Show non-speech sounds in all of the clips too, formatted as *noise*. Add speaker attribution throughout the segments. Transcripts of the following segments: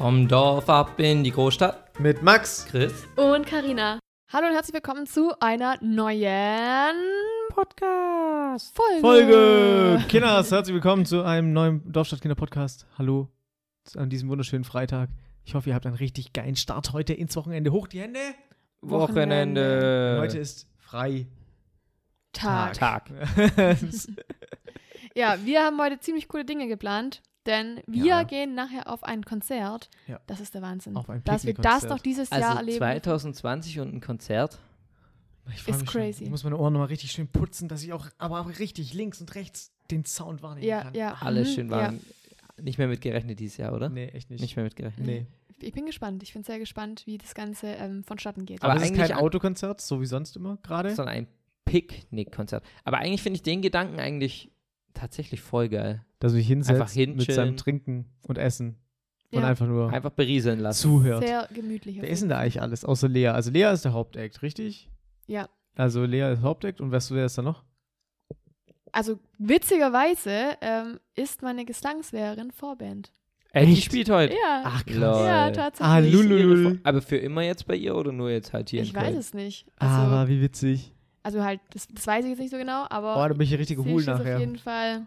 Speaker 1: Vom Dorf ab in die Großstadt.
Speaker 2: Mit Max.
Speaker 1: Chris.
Speaker 3: Und Karina. Hallo und herzlich willkommen zu einer neuen
Speaker 1: Podcast.
Speaker 3: Folge.
Speaker 2: Folge. Kinders, herzlich willkommen zu einem neuen Dorfstadtkinder-Podcast. Hallo zu- an diesem wunderschönen Freitag. Ich hoffe, ihr habt einen richtig geilen Start heute ins Wochenende. Hoch die Hände.
Speaker 1: Wochenende.
Speaker 2: heute ist frei.
Speaker 3: Tag.
Speaker 1: Äh.
Speaker 2: *laughs*
Speaker 1: Tag.
Speaker 3: Ja, wir haben heute ziemlich coole Dinge geplant, denn wir
Speaker 2: Ja.
Speaker 3: gehen nachher auf ein Konzert.
Speaker 2: Ja.
Speaker 3: Das ist der Wahnsinn.
Speaker 2: Auf ein
Speaker 3: Dass wir das
Speaker 2: Picknickkonzert.
Speaker 3: noch dieses Jahr
Speaker 1: Also
Speaker 3: erleben.
Speaker 1: 2020 und ein Konzert.
Speaker 2: Ich freu
Speaker 3: Ist
Speaker 2: mich schon.
Speaker 3: crazy.
Speaker 2: Ich muss meine Ohren nochmal richtig schön putzen, dass ich auch, aber auch richtig links und rechts den Sound wahrnehmen
Speaker 3: ja,
Speaker 2: kann.
Speaker 3: ja.
Speaker 1: Alles
Speaker 3: mhm,
Speaker 1: schön
Speaker 3: ja.
Speaker 1: warm. Nicht mehr mitgerechnet dieses Jahr, oder?
Speaker 2: Nee, echt nicht.
Speaker 1: Nicht mehr mitgerechnet.
Speaker 2: Nee.
Speaker 3: Ich bin gespannt. Ich bin sehr gespannt, wie das Ganze ähm, vonstatten geht.
Speaker 1: Aber
Speaker 2: Aber, es ist
Speaker 1: eigentlich
Speaker 2: kein
Speaker 1: an-
Speaker 2: Autokonzert, so wie sonst immer gerade.
Speaker 1: Sondern ein Picknickkonzert. Aber eigentlich finde ich den Gedanken eigentlich tatsächlich voll geil.
Speaker 2: Dass man sich
Speaker 1: Einfach
Speaker 2: hinsetzt mit
Speaker 1: hinchillen.
Speaker 2: seinem Trinken und Essen. Und
Speaker 3: Ja.
Speaker 2: einfach nur
Speaker 1: Einfach berieseln lassen.
Speaker 2: zuhört.
Speaker 3: sehr gemütlich. auf
Speaker 2: Wer
Speaker 3: jeden
Speaker 2: ist denn da eigentlich alles, außer Lea? Also Lea ist der Hauptact, richtig?
Speaker 3: Ja.
Speaker 2: Also Lea ist Hauptact und weißt du, wer ist da noch?
Speaker 3: Also witzigerweise ähm, ist meine Gesangslehrerin Vorband.
Speaker 1: Ey, die
Speaker 2: Echt?
Speaker 1: spielt heute.
Speaker 3: Ja.
Speaker 2: Ach, krass.
Speaker 1: Lol.
Speaker 3: ja, tatsächlich.
Speaker 2: Ah,
Speaker 1: Ist ihre
Speaker 2: Lululul.
Speaker 1: Vor- Aber für immer jetzt bei ihr oder nur jetzt halt hier
Speaker 3: Ich
Speaker 1: in
Speaker 3: weiß
Speaker 2: Ah,
Speaker 1: Köln?
Speaker 3: es nicht. Also,
Speaker 2: Aber Ah, wie witzig.
Speaker 3: also halt, das, das weiß ich jetzt nicht so genau, aber
Speaker 2: Oh, da bin ich hier richtig
Speaker 3: sie
Speaker 2: cool
Speaker 3: ist auf
Speaker 2: nachher.
Speaker 3: jeden Fall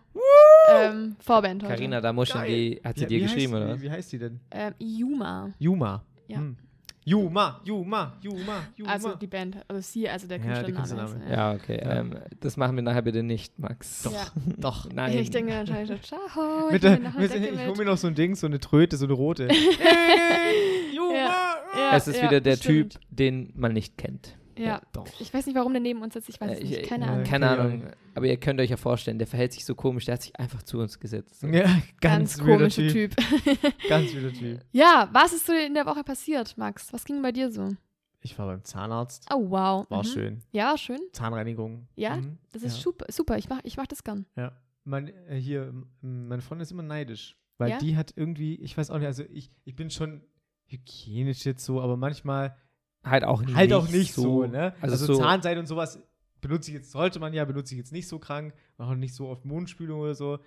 Speaker 3: ähm, Vorband heute.
Speaker 1: Karina, da muss schon
Speaker 2: Geil.
Speaker 1: die. Hat sie
Speaker 2: Ja,
Speaker 1: dir
Speaker 2: wie
Speaker 1: geschrieben,
Speaker 2: heißt,
Speaker 1: oder?
Speaker 2: Wie, wie heißt die denn?
Speaker 3: Ähm, Yuma,
Speaker 2: Juma.
Speaker 3: Ja.
Speaker 2: Hm. Juma, Juma, Juma, Juma.
Speaker 3: also die Band, also sie, also der
Speaker 2: Ja, der
Speaker 3: Künstlername.
Speaker 2: Künstlername.
Speaker 3: heißt, ja.
Speaker 1: Ja, okay.
Speaker 2: Ja.
Speaker 1: Ähm, das machen wir nachher bitte nicht, Max.
Speaker 3: Doch. Ja.
Speaker 2: Doch.
Speaker 1: *laughs* Nein.
Speaker 3: *laughs* Ich denke wahrscheinlich so,
Speaker 2: *laughs*
Speaker 3: ciao, ich
Speaker 2: Mit
Speaker 3: bin
Speaker 2: der,
Speaker 3: in der
Speaker 2: mit,
Speaker 3: Decke
Speaker 2: ich hol
Speaker 3: mit.
Speaker 2: mir noch so ein Ding, so eine Tröte, so eine
Speaker 3: *laughs*
Speaker 2: rote. Hey, Juma!
Speaker 3: Ja,
Speaker 1: es ist
Speaker 3: ja,
Speaker 1: wieder der
Speaker 3: stimmt.
Speaker 1: Typ, den man nicht kennt.
Speaker 3: Ja.
Speaker 2: doch.
Speaker 3: Ich weiß nicht, warum der neben uns sitzt, ich weiß
Speaker 1: Äh,
Speaker 3: es nicht, keine
Speaker 1: äh,
Speaker 3: Ahnung.
Speaker 1: Keine
Speaker 2: Okay,
Speaker 1: Ahnung. Aber ihr könnt euch ja vorstellen, der verhält sich so komisch, der hat sich einfach zu uns gesetzt.
Speaker 2: Ja, ganz,
Speaker 3: Ganz
Speaker 2: wilder
Speaker 3: komischer
Speaker 2: typ.
Speaker 3: Typ.
Speaker 2: *laughs* Ganz wilder Typ.
Speaker 3: ja, was ist so in der Woche passiert, Max? Was ging bei dir so?
Speaker 2: Ich war beim Zahnarzt.
Speaker 3: Oh, wow.
Speaker 2: War
Speaker 3: Mhm.
Speaker 2: schön.
Speaker 3: Ja, war schön.
Speaker 2: Zahnreinigung.
Speaker 3: Ja,
Speaker 2: Mhm.
Speaker 3: Das ist
Speaker 2: Ja.
Speaker 3: super, super. Ich mach, ich mach das gern.
Speaker 2: Ja. Mein, äh, hier, m- meine Freundin ist immer neidisch, weil
Speaker 3: Ja?
Speaker 2: die hat irgendwie, ich weiß auch nicht, also ich, ich bin schon hygienisch jetzt so, aber manchmal
Speaker 1: Halt auch nicht,
Speaker 2: halt auch nicht so, ne?
Speaker 1: Also,
Speaker 2: Also,
Speaker 1: so,
Speaker 2: Zahnseide und sowas benutze ich jetzt, sollte man ja, benutze ich jetzt nicht so krank, mache auch nicht so oft Mundspülung oder so.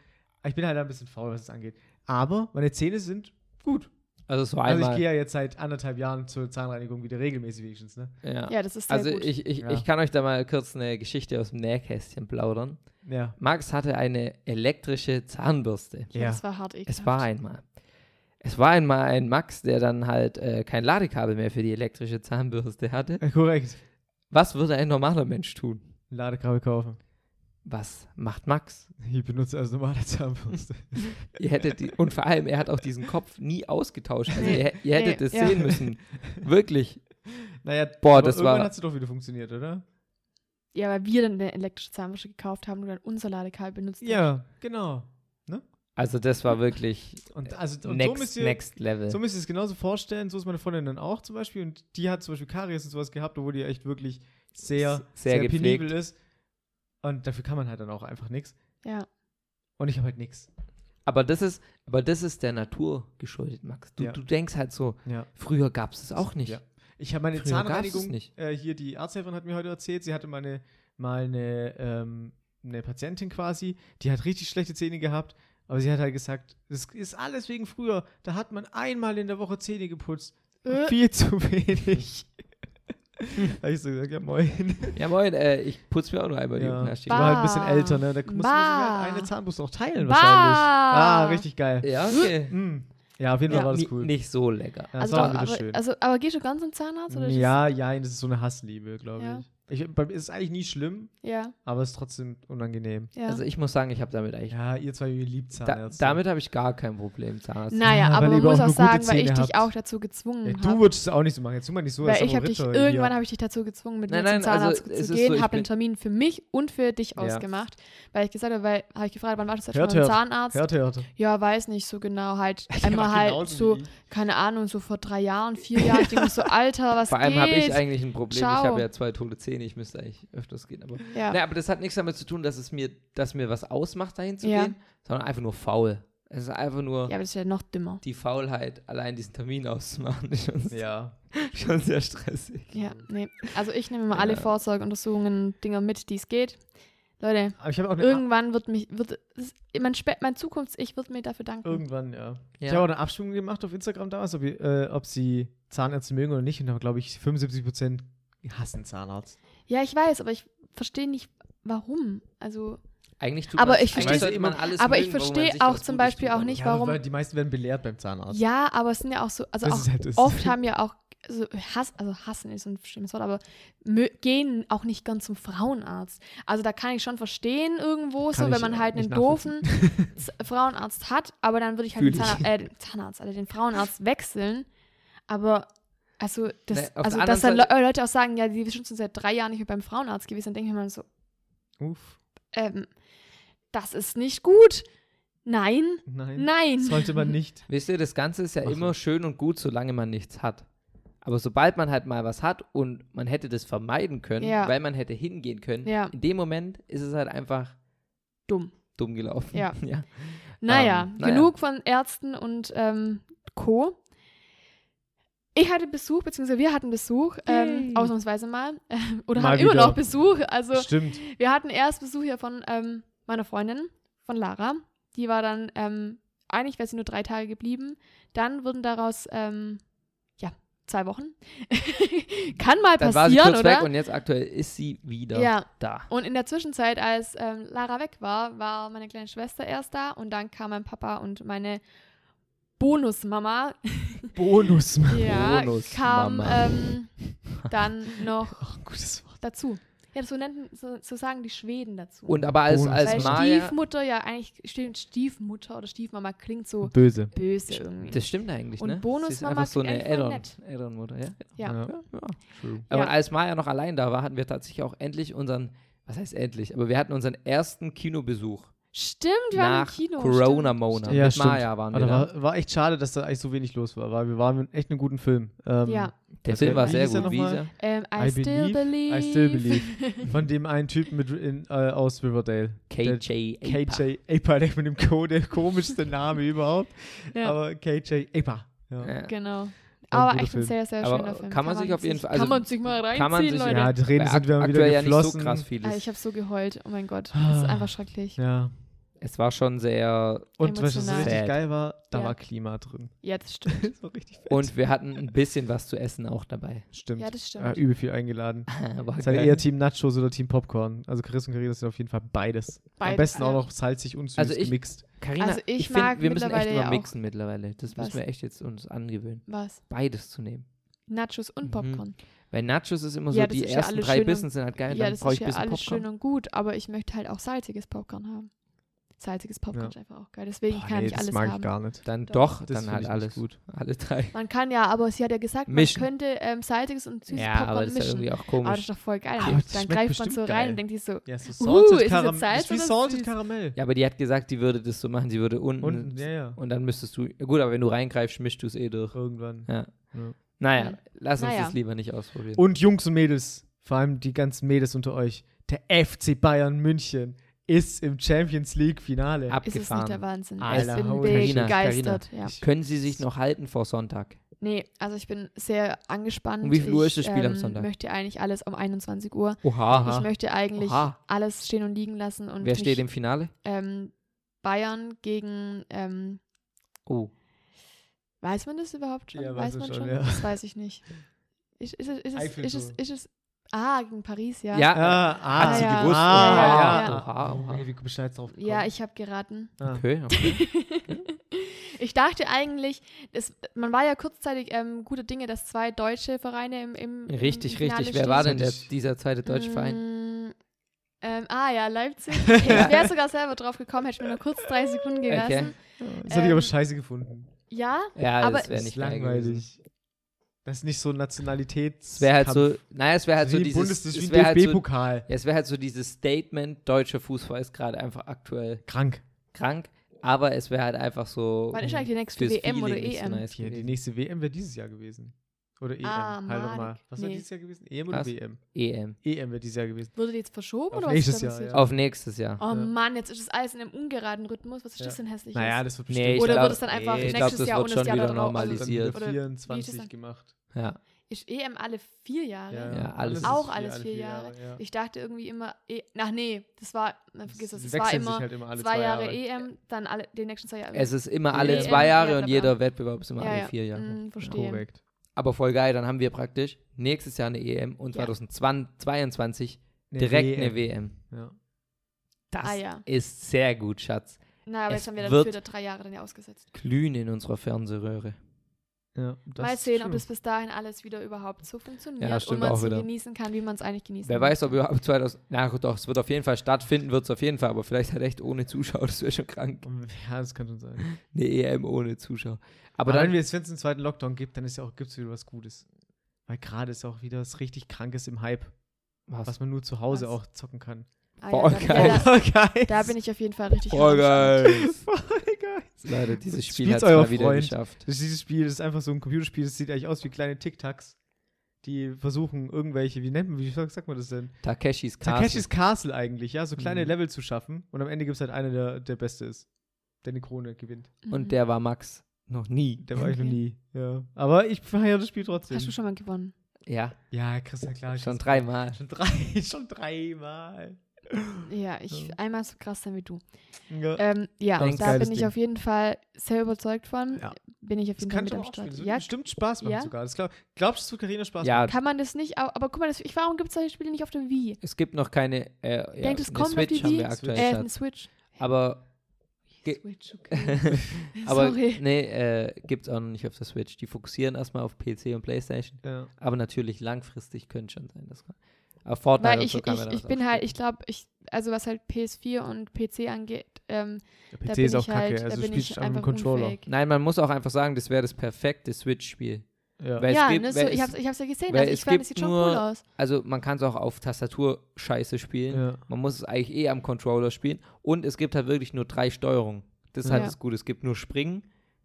Speaker 2: Ich bin halt ein bisschen faul, was es angeht. Aber meine Zähne sind gut.
Speaker 1: also so
Speaker 2: Also
Speaker 1: einmal.
Speaker 2: ich gehe ja jetzt seit anderthalb Jahren zur Zahnreinigung wieder regelmäßig wenigstens, ne?
Speaker 1: ja.
Speaker 3: Ja, das ist sehr
Speaker 1: also
Speaker 3: gut.
Speaker 1: ich, ich,
Speaker 2: Ja.
Speaker 1: ich kann euch da mal kurz eine Geschichte aus dem Nähkästchen plaudern.
Speaker 2: Ja.
Speaker 1: Max hatte eine elektrische Zahnbürste.
Speaker 3: ja, das war hart ekelhaft.
Speaker 1: Es war einmal. Es war einmal ein Max, der dann halt äh, kein Ladekabel mehr für die elektrische Zahnbürste hatte.
Speaker 2: Ja, Äh, korrekt.
Speaker 1: Was würde ein normaler Mensch tun?
Speaker 2: Ein Ladekabel kaufen.
Speaker 1: Was macht Max?
Speaker 2: Ich benutze also normale
Speaker 1: *laughs*
Speaker 2: Zahnbürste.
Speaker 1: Ihr hättet die, und vor allem, er hat auch diesen Kopf nie ausgetauscht. Also ihr, ihr hättet
Speaker 3: Nee,
Speaker 1: es
Speaker 3: ja.
Speaker 1: sehen
Speaker 2: *laughs*
Speaker 1: müssen. Wirklich.
Speaker 2: Naja,
Speaker 1: Boah,
Speaker 2: aber
Speaker 1: das
Speaker 2: irgendwann
Speaker 1: war-
Speaker 2: hat es doch wieder funktioniert, oder?
Speaker 3: Ja, weil wir dann eine elektrische Zahnbürste gekauft haben und dann unser Ladekabel benutzt haben.
Speaker 2: Ja, genau.
Speaker 1: Also das war wirklich
Speaker 2: Und, also, und so,
Speaker 1: Äh, next,
Speaker 2: müsst ihr,
Speaker 1: next Level.
Speaker 2: so müsst ihr es genauso vorstellen. So ist meine Freundin dann auch zum Beispiel. Und die hat zum Beispiel Karies und sowas gehabt, obwohl die echt wirklich sehr,
Speaker 1: S- sehr
Speaker 2: sehr, penibel
Speaker 1: gepflegt.
Speaker 2: ist. Und dafür kann man halt dann auch einfach nichts.
Speaker 3: Ja.
Speaker 2: Und ich habe halt nichts.
Speaker 1: aber, das ist, aber das ist der Natur geschuldet, Max. Du,
Speaker 2: Ja.
Speaker 1: du denkst halt so,
Speaker 2: Ja.
Speaker 1: früher gab es es auch nicht.
Speaker 2: Ja. Ich habe meine
Speaker 1: Früher gab's es
Speaker 2: Zahnreinigung,
Speaker 1: nicht.
Speaker 2: Äh, hier die Arzthelferin hat mir heute erzählt, sie hatte mal eine, mal eine, ähm, eine Patientin quasi, die hat richtig schlechte Zähne gehabt, aber sie hat halt gesagt, das ist alles wegen früher, da hat man einmal in der Woche Zähne geputzt.
Speaker 3: Äh.
Speaker 2: Viel zu wenig. *laughs* da habe ich so gesagt, ja moin.
Speaker 1: Ja moin, äh, ich putze mir auch noch einmal die
Speaker 2: Ja.
Speaker 1: Uhren.
Speaker 2: Ich war halt ein bisschen
Speaker 3: Bah.
Speaker 2: älter, ne? Da muss man sich
Speaker 3: Bah.
Speaker 2: halt eine Zahnbürste auch teilen
Speaker 3: Bah.
Speaker 2: wahrscheinlich. Ah, richtig geil.
Speaker 1: Ja, okay.
Speaker 2: Mm. Ja, auf jeden Fall
Speaker 1: Ja,
Speaker 2: war das
Speaker 1: ni-
Speaker 2: cool.
Speaker 1: Nicht so lecker.
Speaker 2: Ja,
Speaker 3: also,
Speaker 2: das war
Speaker 3: doch,
Speaker 2: wieder
Speaker 3: aber,
Speaker 2: schön.
Speaker 3: also, aber gehst du ganz zum Zahnarzt? Oder ist
Speaker 2: Ja, ja, das ist so eine Hassliebe, glaube
Speaker 3: Ja.
Speaker 2: ich. ich bei mir ist es eigentlich nie schlimm,
Speaker 3: das- Ja,
Speaker 2: aber es ist trotzdem unangenehm.
Speaker 3: ja.
Speaker 1: Also ich muss sagen, ich habe damit eigentlich,
Speaker 2: Ja, ihr zwei, ihr liebt
Speaker 1: da,
Speaker 2: Zahnärzte.
Speaker 1: damit habe ich gar kein Problem, Zahnarzt.
Speaker 3: naja,
Speaker 2: Ja,
Speaker 3: aber
Speaker 2: weil
Speaker 3: man
Speaker 2: ihr auch
Speaker 3: muss auch
Speaker 2: nur gute
Speaker 3: sagen, weil ich
Speaker 2: Zähne
Speaker 3: dich
Speaker 2: habt.
Speaker 3: auch dazu
Speaker 2: Ey,
Speaker 3: gezwungen
Speaker 2: du
Speaker 3: habe.
Speaker 2: würdest es auch nicht so machen. Jetzt tu mal nicht so, als
Speaker 3: Mhm. Weil
Speaker 2: sei
Speaker 3: ich
Speaker 2: man
Speaker 3: habe dich,
Speaker 2: Ritter hier.
Speaker 3: irgendwann habe ich dich dazu gezwungen, mit
Speaker 1: Nein,
Speaker 3: mir
Speaker 1: nein,
Speaker 3: zum Zahnarzt
Speaker 1: also es
Speaker 3: zu
Speaker 1: ist
Speaker 3: gehen,
Speaker 1: so, ich
Speaker 3: habe einen
Speaker 1: bin-
Speaker 3: Termin für mich und für dich ausgemacht, weil ich gesagt habe, weil habe ich gefragt, wann warst du das
Speaker 2: Hört,
Speaker 3: letzte Mal beim
Speaker 2: hört.
Speaker 3: Zahnarzt?
Speaker 2: Hört, hört.
Speaker 3: Ja, weiß nicht so genau, halt
Speaker 2: *laughs* Ja,
Speaker 3: einmal halt
Speaker 2: genauso
Speaker 3: so,
Speaker 2: wie ich.
Speaker 3: keine Ahnung, so vor drei Jahren, vier Jahren,
Speaker 2: *laughs*
Speaker 3: ich denke mir so, Alter, was
Speaker 1: Vor allem
Speaker 3: geht?
Speaker 1: habe ich eigentlich ein Problem. Ich
Speaker 3: Ciao.
Speaker 1: habe ja zwei tote Zähne. Ich müsste eigentlich öfters gehen. Aber,
Speaker 3: ja.
Speaker 2: Ne,
Speaker 1: Naja, aber das hat nichts damit zu tun, dass es mir, dass mir was ausmacht, dahin zu
Speaker 3: Ja.
Speaker 1: gehen, sondern einfach nur faul. Es ist einfach nur
Speaker 3: ja, aber das ist ja noch dümmer.
Speaker 1: die Faulheit, allein diesen Termin auszumachen, *laughs* ist schon,
Speaker 2: Ja.
Speaker 1: schon sehr stressig.
Speaker 3: Ja, nee. Also ich nehme mal alle Vorsorgeuntersuchungen, Dinger mit, die es geht. Leute,
Speaker 2: Aber ich habe auch eine
Speaker 3: irgendwann wird mich, wird, es- mein, Spe- mein Zukunfts-Ich wird mir dafür danken.
Speaker 2: Irgendwann, ja.
Speaker 1: Ja.
Speaker 2: Ich habe auch eine Abstimmung gemacht auf Instagram damals, ob, ich- äh, ob sie Zahnärzte mögen oder nicht. Und da glaube ich, 75% hassen Zahnarzt.
Speaker 3: Ja, ich weiß, aber ich verstehe nicht, warum. Also,
Speaker 1: Eigentlich tut
Speaker 3: Aber
Speaker 1: man's-
Speaker 3: ich verstehe-
Speaker 1: eigentlich sollte man alles
Speaker 3: aber ich
Speaker 1: mögen, warum man
Speaker 3: verstehe
Speaker 1: sich was
Speaker 3: auch
Speaker 1: Gutes
Speaker 3: zum Beispiel
Speaker 1: tut,
Speaker 3: auch
Speaker 1: aber-
Speaker 3: nicht,
Speaker 2: Ja,
Speaker 3: warum-
Speaker 2: Weil die meisten werden belehrt beim Zahnarzt.
Speaker 3: ja, aber es sind ja auch so, also
Speaker 2: das
Speaker 3: auch
Speaker 2: ist halt das. *laughs*
Speaker 3: oft haben ja auch, also Hass, also Hassen ist ein schlimmes Wort, aber mö- gehen auch nicht gern zum Frauenarzt. Also da kann ich schon verstehen irgendwo
Speaker 2: Kann
Speaker 3: so, wenn
Speaker 2: ich,
Speaker 3: man
Speaker 2: äh,
Speaker 3: halt
Speaker 2: nicht
Speaker 3: einen doofen Z- Frauenarzt hat, aber dann würde ich halt den
Speaker 2: Fühl ich.
Speaker 3: Zahnarzt, äh, den Zahnarzt, also den Frauenarzt wechseln. Aber also, das,
Speaker 1: Ne, auf der
Speaker 3: also
Speaker 1: anderen
Speaker 3: dass dann Le
Speaker 1: Seite-
Speaker 3: Leute auch sagen, ja, die sind schon seit drei Jahren nicht mehr beim Frauenarzt gewesen, dann denke ich mir so,
Speaker 2: Uff,
Speaker 3: ähm, das ist nicht gut. Nein,
Speaker 2: nein.
Speaker 3: nein.
Speaker 2: Sollte man
Speaker 3: *laughs*
Speaker 2: nicht.
Speaker 1: Wisst ihr, das Ganze ist ja
Speaker 2: Machen.
Speaker 1: immer schön und gut, solange man nichts hat. Aber sobald man halt mal was hat und man hätte das vermeiden können,
Speaker 3: Ja.
Speaker 1: weil man hätte hingehen können,
Speaker 3: Ja.
Speaker 1: in dem Moment ist es halt einfach
Speaker 3: Dumm.
Speaker 1: dumm gelaufen.
Speaker 3: Ja.
Speaker 1: *laughs* ja.
Speaker 3: Naja,
Speaker 1: Ähm, naja.
Speaker 3: genug von Ärzten und ähm, Co. Ich hatte Besuch, beziehungsweise wir hatten Besuch, ähm,
Speaker 1: Yay.
Speaker 3: ausnahmsweise mal. *laughs* oder
Speaker 2: Mal
Speaker 3: haben immer
Speaker 2: wieder.
Speaker 3: noch Besuch. Also
Speaker 2: Stimmt.
Speaker 3: wir hatten erst Besuch hier von ähm, meiner Freundin, von Lara. Die war dann, ähm, eigentlich wäre sie nur drei Tage geblieben. Dann wurden daraus, ähm, ja, zwei Wochen. *laughs* Kann mal
Speaker 1: Dann war sie
Speaker 3: passieren,
Speaker 1: kurz
Speaker 3: oder?
Speaker 1: weg und jetzt aktuell ist sie wieder
Speaker 3: Ja.
Speaker 1: da.
Speaker 3: Und in der Zwischenzeit, als ähm, Lara weg war, war meine kleine Schwester erst da und dann kam mein Papa und meine Bonusmama. *laughs*
Speaker 2: Bonus.
Speaker 3: Ja, kam
Speaker 1: Bonusmama.
Speaker 3: ähm, dann noch
Speaker 2: Ach, gutes Wort.
Speaker 3: dazu. Ja, so, nennen, so, so sagen die Schweden dazu.
Speaker 1: Und aber als,
Speaker 2: Bonus.
Speaker 3: Weil
Speaker 1: als Maya.
Speaker 3: Stiefmutter ja eigentlich stimmt, Stiefmutter oder Stiefmama klingt so
Speaker 2: Böse.
Speaker 3: böse irgendwie.
Speaker 1: Das stimmt eigentlich,
Speaker 3: Und
Speaker 1: ne?
Speaker 3: Bonusmama
Speaker 1: Sie ist einfach so
Speaker 3: klingt
Speaker 1: eine
Speaker 3: eigentlich voll
Speaker 1: Addon-
Speaker 3: nett.
Speaker 1: Addon-Mutter, ja.
Speaker 3: Ja.
Speaker 1: ja, ja.
Speaker 2: True.
Speaker 1: Aber
Speaker 3: Ja.
Speaker 1: als Maya noch allein da war, hatten wir tatsächlich auch endlich unseren, was heißt endlich, aber wir hatten unseren ersten Kinobesuch
Speaker 3: Stimmt, wir waren im
Speaker 1: nach
Speaker 3: Kino.
Speaker 1: Corona
Speaker 3: stimmt,
Speaker 1: Mona.
Speaker 3: stimmt.
Speaker 2: Ja,
Speaker 1: Mit
Speaker 2: stimmt.
Speaker 1: Maya waren wir
Speaker 2: Aber
Speaker 1: da.
Speaker 2: war, war echt schade, dass da eigentlich so wenig los war, weil wir waren in echt einen guten Film. Ähm,
Speaker 3: Ja.
Speaker 1: Der
Speaker 2: Das
Speaker 1: Film war
Speaker 2: wie
Speaker 1: sehr
Speaker 2: hieß er
Speaker 1: gut. Wie
Speaker 2: nochmal?
Speaker 1: hieß er?
Speaker 3: Ähm, I,
Speaker 2: I
Speaker 3: still believe.
Speaker 2: I still
Speaker 3: *laughs*
Speaker 2: believe. Von dem einen Typen mit, in, äh, aus Riverdale. Der-
Speaker 1: KJ. Apa.
Speaker 2: KJ Apa, der mit dem Co, der komischste Name überhaupt.
Speaker 3: Ja.
Speaker 2: Aber KJ Apa. Ja.
Speaker 1: Ja.
Speaker 3: Genau.
Speaker 2: War ein
Speaker 3: Aber
Speaker 2: guter
Speaker 3: echt ein
Speaker 2: Film.
Speaker 3: sehr, sehr
Speaker 1: Aber
Speaker 3: schöner Film.
Speaker 1: kann man sich auf jeden Fall-
Speaker 3: kann
Speaker 1: also
Speaker 3: man sich mal reinziehen,
Speaker 1: Kann man sich
Speaker 3: Leute.
Speaker 2: Ja, die Reden
Speaker 1: Weil
Speaker 2: sind wir wieder
Speaker 1: aktuell ja nicht so
Speaker 2: geflossen.
Speaker 1: krass vieles.
Speaker 3: Ah, ich habe so geheult. Oh mein Gott, das ist
Speaker 1: Ah.
Speaker 3: einfach schrecklich.
Speaker 2: Ja.
Speaker 1: es war schon sehr
Speaker 2: Und was
Speaker 3: Emotional.
Speaker 2: richtig
Speaker 1: Sad.
Speaker 2: geil war, da
Speaker 3: Ja.
Speaker 2: war Klima drin. *laughs*
Speaker 3: Ja, das stimmt.
Speaker 2: Das war richtig fett.
Speaker 1: und wir hatten ein bisschen was zu essen auch dabei.
Speaker 2: stimmt.
Speaker 3: Ja, das stimmt.
Speaker 2: Äh, übel viel eingeladen.
Speaker 1: War
Speaker 2: Seid
Speaker 1: geil.
Speaker 2: ihr halt eher Team Nachos oder Team Popcorn? Also Chris und Carina sind auf jeden Fall beides. Am
Speaker 3: Beides,
Speaker 2: besten
Speaker 3: ja.
Speaker 2: auch noch salzig und süß
Speaker 1: Also ich-
Speaker 2: gemixt.
Speaker 1: Karina,
Speaker 3: Also ich
Speaker 1: ich finde,
Speaker 3: mag
Speaker 1: wir müssen echt
Speaker 3: mittlerweile
Speaker 1: mal
Speaker 3: ja auch-
Speaker 1: mixen mittlerweile. Das
Speaker 3: Was?
Speaker 1: müssen wir echt jetzt uns angewöhnen,
Speaker 3: Was?
Speaker 1: beides zu nehmen.
Speaker 3: Nachos und
Speaker 1: Mhm.
Speaker 3: Popcorn.
Speaker 1: Weil Nachos ist immer so,
Speaker 3: Ja, das
Speaker 1: die
Speaker 3: ist ja
Speaker 1: ersten
Speaker 3: alles
Speaker 1: drei
Speaker 3: schön und-
Speaker 1: Bissen sind halt geil,
Speaker 3: ja,
Speaker 1: dann
Speaker 3: das
Speaker 1: brauche
Speaker 3: ist
Speaker 1: ich ein
Speaker 3: ja
Speaker 1: bisschen
Speaker 3: alles schön
Speaker 1: Popcorn.
Speaker 3: und gut, aber ich möchte halt auch salziges Popcorn haben. Salziges Popcorn
Speaker 2: Ja.
Speaker 3: ist einfach auch geil. Deswegen
Speaker 2: Boah,
Speaker 3: kann
Speaker 2: nee,
Speaker 3: ich
Speaker 2: das
Speaker 3: alles
Speaker 2: mag
Speaker 3: haben.
Speaker 2: ich gar nicht.
Speaker 1: Dann
Speaker 3: Doch.
Speaker 1: doch,
Speaker 2: Das
Speaker 1: dann
Speaker 2: find
Speaker 1: halt
Speaker 2: ich nicht
Speaker 1: alles.
Speaker 2: gut.
Speaker 1: Alle drei.
Speaker 3: Man kann ja, aber sie hat ja gesagt,
Speaker 1: Mischen.
Speaker 3: man könnte ähm, salziges und süßes
Speaker 1: Ja,
Speaker 3: Popcorn
Speaker 1: aber das ist ja
Speaker 3: mischen.
Speaker 1: irgendwie auch
Speaker 3: aber das
Speaker 1: komisch. Ah,
Speaker 3: ist doch voll geil.
Speaker 2: Aber das
Speaker 3: Dann
Speaker 2: schmeckt
Speaker 3: greift man so
Speaker 2: bestimmt
Speaker 3: rein
Speaker 2: geil.
Speaker 3: und denkt sich so,
Speaker 2: Ja, so
Speaker 3: salted Uh, ist
Speaker 2: salted
Speaker 3: es Karam- jetzt Salz ist wie
Speaker 2: Wie
Speaker 3: oder salted
Speaker 2: salted
Speaker 3: süß?
Speaker 2: Karamell.
Speaker 1: Ja, aber die hat gesagt, die würde das so machen, sie würde unten.
Speaker 2: Unten, ja, ja.
Speaker 1: Und dann müsstest du. Gut, aber wenn du reingreifst, mischst du es eh durch.
Speaker 2: Irgendwann.
Speaker 1: Ja.
Speaker 2: Ja.
Speaker 1: Naja,
Speaker 3: Hm.
Speaker 1: lass uns
Speaker 3: Naja.
Speaker 1: das lieber nicht ausprobieren.
Speaker 2: Und Jungs und Mädels, vor allem die ganzen Mädels unter euch, der FC Bayern München ist im Champions League Finale.
Speaker 3: ist es nicht der
Speaker 1: Abgefahren.
Speaker 3: Wahnsinn?
Speaker 1: Alter,
Speaker 3: ich bin
Speaker 2: hau rein.
Speaker 3: begeistert. Ja.
Speaker 2: Ich-
Speaker 1: Können sie sich noch halten vor Sonntag?
Speaker 3: Nee, also ich bin sehr angespannt.
Speaker 1: Um wie viel Uhr ist das
Speaker 3: Ich,
Speaker 1: Spiel am
Speaker 3: ähm,
Speaker 1: Sonntag?
Speaker 3: möchte eigentlich alles um 21 Uhr. Ich
Speaker 1: Oha.
Speaker 3: möchte eigentlich
Speaker 1: Oha.
Speaker 3: alles stehen und liegen lassen und
Speaker 1: Wer
Speaker 3: mich,
Speaker 1: steht im Finale?
Speaker 3: ähm, Bayern gegen ähm,
Speaker 1: Oh.
Speaker 3: weiß man das überhaupt schon?
Speaker 2: Ja,
Speaker 3: weiß
Speaker 2: weiß
Speaker 3: man
Speaker 2: ich
Speaker 3: schon?
Speaker 2: schon, ja.
Speaker 3: Das weiß ich nicht. Ist, ist, es- ist, es,
Speaker 2: Eifel
Speaker 3: ist, es,
Speaker 2: so.
Speaker 3: ist es ah gegen Paris ja?
Speaker 1: Ja.
Speaker 2: Ah, ah,
Speaker 1: Hat sie
Speaker 3: ja.
Speaker 1: gewusst?
Speaker 3: Ah,
Speaker 2: ja,
Speaker 3: ja,
Speaker 2: ja.
Speaker 1: ja. Oha, oha.
Speaker 2: Wie bist du jetzt drauf gekommen?
Speaker 3: Ja, ich habe
Speaker 1: *laughs*
Speaker 3: geraten.
Speaker 2: Ah.
Speaker 1: Okay, okay.
Speaker 3: Ich dachte eigentlich, es, man war ja kurzzeitig ähm, guter Dinge, dass zwei deutsche Vereine im, im im
Speaker 1: Richtig,
Speaker 3: Finale
Speaker 1: richtig. Wer
Speaker 3: stehen.
Speaker 1: war denn der,
Speaker 2: Hätte ich-
Speaker 1: dieser zweite deutsche Verein?
Speaker 3: Mm, Ähm, ah
Speaker 1: *laughs*
Speaker 3: ja, Leipzig. Ich wäre sogar selber drauf gekommen, hätte ich mir nur kurz drei Sekunden gelassen.
Speaker 2: Das hätte ich
Speaker 3: Ähm,
Speaker 2: aber scheiße gefunden.
Speaker 3: Ja,
Speaker 1: Ja,
Speaker 3: Aber
Speaker 1: das wäre
Speaker 2: Das
Speaker 1: nicht
Speaker 2: ist
Speaker 1: geil gewesen.
Speaker 2: langweilig. Das ist nicht so Nationalitäts.
Speaker 1: Es wäre halt so, naja, es wäre halt so
Speaker 2: wie ein
Speaker 1: dieses,
Speaker 2: Bundes- das
Speaker 1: es
Speaker 2: ist wie
Speaker 1: wäre
Speaker 2: ein
Speaker 1: halt so,
Speaker 2: DFB-Pokal.
Speaker 1: ja, es wäre halt so dieses Statement, deutscher Fußball ist gerade einfach aktuell
Speaker 2: Krank.
Speaker 1: krank, aber es wäre halt einfach so
Speaker 3: wann ist eigentlich die nächste
Speaker 1: fürs
Speaker 3: WM oder E
Speaker 1: Feeling nicht
Speaker 3: EM?
Speaker 1: So nice
Speaker 2: Ja, die
Speaker 1: gewesen.
Speaker 2: nächste WM wäre dieses Jahr gewesen. Oder EM.
Speaker 3: Ah,
Speaker 2: halt doch mal.
Speaker 3: Mann.
Speaker 2: Was wäre
Speaker 3: Nee.
Speaker 2: dieses Jahr gewesen? EM oder
Speaker 1: Was?
Speaker 2: WM?
Speaker 1: EM.
Speaker 2: EM wäre dieses Jahr gewesen.
Speaker 3: Wurde die jetzt verschoben
Speaker 2: Auf
Speaker 3: oder was
Speaker 2: nächstes
Speaker 3: ist da
Speaker 2: Jahr,
Speaker 3: passiert?
Speaker 2: ja.
Speaker 1: E Auf nächstes Jahr.
Speaker 3: Oh
Speaker 2: Ja.
Speaker 3: Mann, jetzt ist es alles in einem ungeraden Rhythmus. Was ist
Speaker 2: Ja.
Speaker 3: das denn hässlich?
Speaker 2: Naja, das wird
Speaker 1: Nee,
Speaker 2: bestimmt
Speaker 1: ich
Speaker 3: Oder
Speaker 1: glaub,
Speaker 3: wird es dann einfach
Speaker 1: nee, ich
Speaker 3: nächstes
Speaker 1: glaub, das
Speaker 3: Jahr
Speaker 1: wird
Speaker 3: und das
Speaker 1: schon
Speaker 3: Jahr
Speaker 1: wieder
Speaker 3: darauf- also
Speaker 2: dann
Speaker 1: normalisiert.
Speaker 2: wieder
Speaker 3: Oder wie hieß es
Speaker 2: 24
Speaker 3: dann?
Speaker 2: gemacht.
Speaker 1: Ja.
Speaker 3: ist, Ist EM alle vier Jahre?
Speaker 1: Ja, alles
Speaker 2: ist
Speaker 3: Auch alles vier
Speaker 2: ja.
Speaker 3: Ich dachte irgendwie immer, e ach nee, das war, man vergiss das,
Speaker 2: Sie
Speaker 3: das war
Speaker 2: wechseln
Speaker 3: immer
Speaker 2: sich halt immer alle
Speaker 3: zwei Jahre, eh EM, dann alle, die nächsten zwei Jahre. E
Speaker 1: Es ist immer
Speaker 2: Ja,
Speaker 1: alle
Speaker 2: ja,
Speaker 1: zwei
Speaker 3: ja,
Speaker 1: Jahre
Speaker 3: ja,
Speaker 1: und
Speaker 3: klar.
Speaker 1: jeder Wettbewerb ist immer
Speaker 3: Ja,
Speaker 1: alle
Speaker 3: ja.
Speaker 1: vier Jahre.
Speaker 3: Mm, verstehe.
Speaker 2: Korrekt.
Speaker 1: Aber voll geil, dann haben wir praktisch nächstes Jahr eine EM und
Speaker 3: Ja.
Speaker 1: 2022 direkt
Speaker 2: E
Speaker 1: eine E WM.
Speaker 2: Ja.
Speaker 1: Das
Speaker 3: Ah, ja.
Speaker 1: ist sehr gut, Schatz.
Speaker 3: Na, aber
Speaker 1: Es
Speaker 3: jetzt haben wir dann
Speaker 1: wird-
Speaker 3: für die drei Jahre dann ja ausgesetzt.
Speaker 1: Glühen in unserer Fernsehröhre.
Speaker 2: Ja,
Speaker 3: Mal sehen, ob
Speaker 2: das
Speaker 3: das bis dahin alles wieder überhaupt so funktioniert
Speaker 1: Ja, stimmt
Speaker 3: und man
Speaker 1: auch
Speaker 3: so
Speaker 1: wieder.
Speaker 3: genießen kann, wie man es eigentlich genießen
Speaker 1: Wer weiß, ob überhaupt 2000. Na gut, doch, es wird auf jeden Fall stattfinden, wird es auf jeden Fall, aber vielleicht halt echt ohne Zuschauer, *laughs* das wäre schon krank.
Speaker 2: stimmt. Ja, das kann schon sein.
Speaker 1: Eine EM ohne Zuschauer. Aber
Speaker 2: Aber wenn
Speaker 1: dann.
Speaker 2: wir jetzt, wenn es einen zweiten Lockdown gibt, dann ist ja auch, gibt es wieder was Gutes. Weil gerade ist auch wieder was richtig Krankes im Hype, was
Speaker 1: Was?
Speaker 2: man nur zu Hause
Speaker 3: Was?
Speaker 2: auch zocken kann. Oh,
Speaker 3: Ah,
Speaker 1: Voll
Speaker 3: ja, da,
Speaker 1: geil.
Speaker 3: ja, da,
Speaker 2: Fall Guys.
Speaker 3: da bin ich auf jeden Fall richtig
Speaker 1: Voll
Speaker 3: angespannt.
Speaker 1: geil.
Speaker 2: Fall Guys.
Speaker 1: Leider, dieses Spiel hat es
Speaker 2: Spielt's
Speaker 1: mal
Speaker 2: euer
Speaker 1: wieder
Speaker 2: Freund.
Speaker 1: geschafft.
Speaker 2: Das ist dieses Spiel, das ist einfach so ein Computerspiel, das sieht eigentlich aus wie kleine Tic-Tacs. Die versuchen irgendwelche, wie nennt man, wie sagt sagt man das denn?
Speaker 1: Takeshis Castle.
Speaker 2: Takeshis Castle eigentlich, ja, so kleine
Speaker 1: Mhm.
Speaker 2: Level zu schaffen und am Ende gibt es halt einer, der der Beste ist, der eine Krone gewinnt.
Speaker 3: Mhm.
Speaker 1: Und der war Max. Noch nie.
Speaker 2: Der war ich noch
Speaker 3: Okay.
Speaker 2: nie, ja. Aber ich feiere das Spiel trotzdem.
Speaker 3: Hast du schon mal gewonnen?
Speaker 1: Ja,
Speaker 2: ja, Chris, ja klar.
Speaker 1: schon
Speaker 2: Chris.
Speaker 1: dreimal.
Speaker 2: *laughs* Schon drei, schon dreimal.
Speaker 3: Ja, ich
Speaker 2: Ja.
Speaker 3: einmal so krass sein wie du.
Speaker 2: Ja.
Speaker 3: Ähm, ja,
Speaker 1: Ganz
Speaker 3: da
Speaker 2: geiles
Speaker 3: bin ich
Speaker 2: Ding.
Speaker 3: auf jeden Fall sehr überzeugt von.
Speaker 2: Ja.
Speaker 3: Bin ich auf
Speaker 2: das
Speaker 3: jeden Fall
Speaker 2: kann
Speaker 3: mit
Speaker 2: schon auch
Speaker 3: am
Speaker 2: spielen.
Speaker 3: Start.
Speaker 2: Das wird
Speaker 3: Ja,
Speaker 2: bestimmt Spaß machen
Speaker 3: Ja.
Speaker 2: sogar. Das glaub, glaubst du, es tut Karina Spaß
Speaker 1: Ja,
Speaker 3: kann man das nicht, au- aber guck mal, das, ich, warum gibt es solche Spiele nicht auf der Wii?
Speaker 1: Es gibt noch keine. Äh, ja,
Speaker 3: Denkt, es
Speaker 1: eine
Speaker 3: kommt auf die
Speaker 1: Switch haben
Speaker 3: Wii?
Speaker 1: wir aktuell
Speaker 3: Äh,
Speaker 1: statt.
Speaker 3: ein Switch.
Speaker 1: Aber, *laughs* Ge-
Speaker 3: Switch,
Speaker 1: *laughs*
Speaker 3: okay.
Speaker 1: aber
Speaker 3: Sorry.
Speaker 1: nee, äh, gibt es auch noch nicht auf der Switch. Die fokussieren erstmal auf PC und Playstation.
Speaker 2: machen?
Speaker 1: Aber natürlich langfristig könnte schon sein, dass man. Auf Fortnite
Speaker 3: Weil
Speaker 1: und
Speaker 3: ich,
Speaker 1: so
Speaker 3: ich,
Speaker 1: kann man dann
Speaker 3: ich
Speaker 1: was
Speaker 3: bin halt,
Speaker 1: aufspielen.
Speaker 3: ich glaube, ich, also was halt PS4 und PC angeht, ähm,
Speaker 2: Der
Speaker 3: Da
Speaker 2: PC
Speaker 3: bin
Speaker 2: ist auch
Speaker 3: ich halt-
Speaker 2: kacke,
Speaker 3: da
Speaker 2: also
Speaker 3: bin
Speaker 2: spielst
Speaker 3: ich
Speaker 2: du am
Speaker 3: einfach
Speaker 2: Controller.
Speaker 3: unfähig.
Speaker 1: Nein, man muss auch einfach sagen, das wäre das perfekte Switch-Spiel.
Speaker 2: Ja.
Speaker 1: Weil es
Speaker 3: ja,
Speaker 1: gibt-
Speaker 3: ne, so,
Speaker 1: weil
Speaker 3: ich,
Speaker 1: es-
Speaker 3: hab's, ich hab's ja gesehen,
Speaker 1: weil
Speaker 3: also ich
Speaker 1: es
Speaker 3: fand,
Speaker 1: gibt
Speaker 3: es sieht schon
Speaker 1: nur-
Speaker 3: cool aus.
Speaker 1: Also man kann es auch auf Tastatur scheiße spielen.
Speaker 2: Ja.
Speaker 1: Man muss es eigentlich eh am Controller spielen. Und es gibt halt wirklich nur drei Steuerungen. Das ist halt
Speaker 3: Ja.
Speaker 1: das Gute. Es gibt nur Springen,